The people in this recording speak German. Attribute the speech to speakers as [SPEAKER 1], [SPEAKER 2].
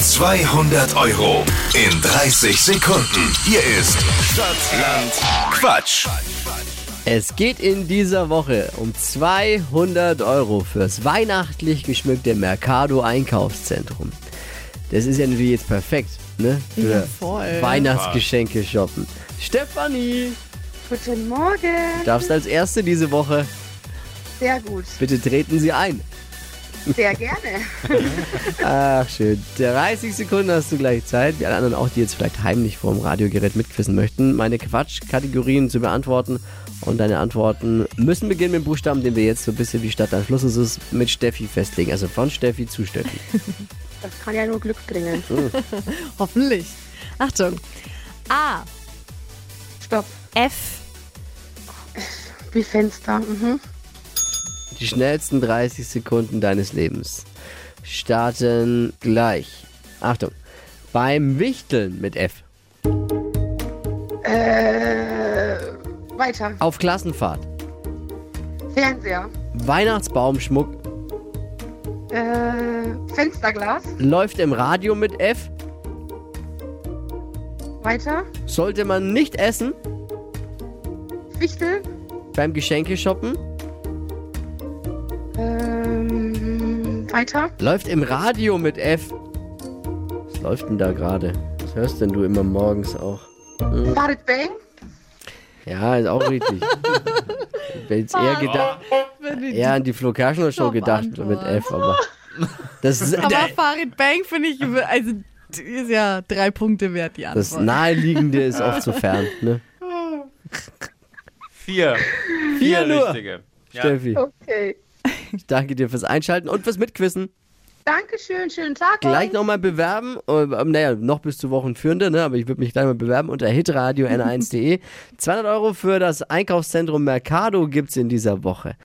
[SPEAKER 1] 200 Euro in 30 Sekunden. Hier ist Stadtland Quatsch.
[SPEAKER 2] Es geht in dieser Woche um 200 Euro fürs weihnachtlich geschmückte Mercado Einkaufszentrum. Das ist ja natürlich jetzt perfekt, ne? Für
[SPEAKER 3] voll.
[SPEAKER 2] Weihnachtsgeschenke shoppen. Stefanie,
[SPEAKER 4] Guten Morgen.
[SPEAKER 2] darfst als erste diese Woche.
[SPEAKER 4] Sehr gut.
[SPEAKER 2] Bitte treten Sie ein.
[SPEAKER 4] Sehr gerne.
[SPEAKER 2] Ach schön. 30 Sekunden hast du gleich Zeit. Die anderen auch, die jetzt vielleicht heimlich vor dem Radiogerät mitquissen möchten, meine Quatschkategorien zu beantworten. Und deine Antworten müssen beginnen mit dem Buchstaben, den wir jetzt so ein bisschen wie Stadt an Fluss ist, es mit Steffi festlegen. Also von Steffi zu Steffi.
[SPEAKER 4] Das kann ja nur Glück bringen.
[SPEAKER 3] Hoffentlich. Achtung. A.
[SPEAKER 4] Stopp.
[SPEAKER 3] F.
[SPEAKER 4] Wie Fenster. Mhm.
[SPEAKER 2] Die schnellsten 30 Sekunden deines Lebens starten gleich. Achtung. Beim Wichteln mit F.
[SPEAKER 4] Äh, weiter.
[SPEAKER 2] Auf Klassenfahrt.
[SPEAKER 4] Fernseher.
[SPEAKER 2] Weihnachtsbaumschmuck.
[SPEAKER 4] Äh, Fensterglas.
[SPEAKER 2] Läuft im Radio mit F.
[SPEAKER 4] Weiter.
[SPEAKER 2] Sollte man nicht essen.
[SPEAKER 4] Fichtel.
[SPEAKER 2] Beim Geschenke shoppen.
[SPEAKER 4] Ähm, weiter.
[SPEAKER 2] Läuft im Radio mit F. Was läuft denn da gerade? Was hörst denn du immer morgens auch?
[SPEAKER 4] Badet Bang.
[SPEAKER 2] Ja, ist auch richtig. Wenn jetzt eher gedacht, eher an die Flo Kerschner Show
[SPEAKER 3] Doch,
[SPEAKER 2] gedacht
[SPEAKER 3] Antwort.
[SPEAKER 2] mit F, aber das ist
[SPEAKER 3] Aber Farid Bang finde ich, also die ist ja drei Punkte wert, die
[SPEAKER 2] das
[SPEAKER 3] Antwort.
[SPEAKER 2] Naheliegende ist oft so fern, ne?
[SPEAKER 5] Vier.
[SPEAKER 2] Vier nur.
[SPEAKER 5] richtige. Ja.
[SPEAKER 2] Steffi,
[SPEAKER 4] Okay.
[SPEAKER 2] ich danke dir fürs Einschalten und fürs Mitquissen.
[SPEAKER 4] Dankeschön. Schönen Tag.
[SPEAKER 2] Gleich
[SPEAKER 4] euch.
[SPEAKER 2] nochmal bewerben. Ähm, Naja, noch bis zu Wochenführende, ne? aber ich würde mich gleich mal bewerben unter hitradio n1.de. 200 Euro für das Einkaufszentrum Mercado gibt's in dieser Woche.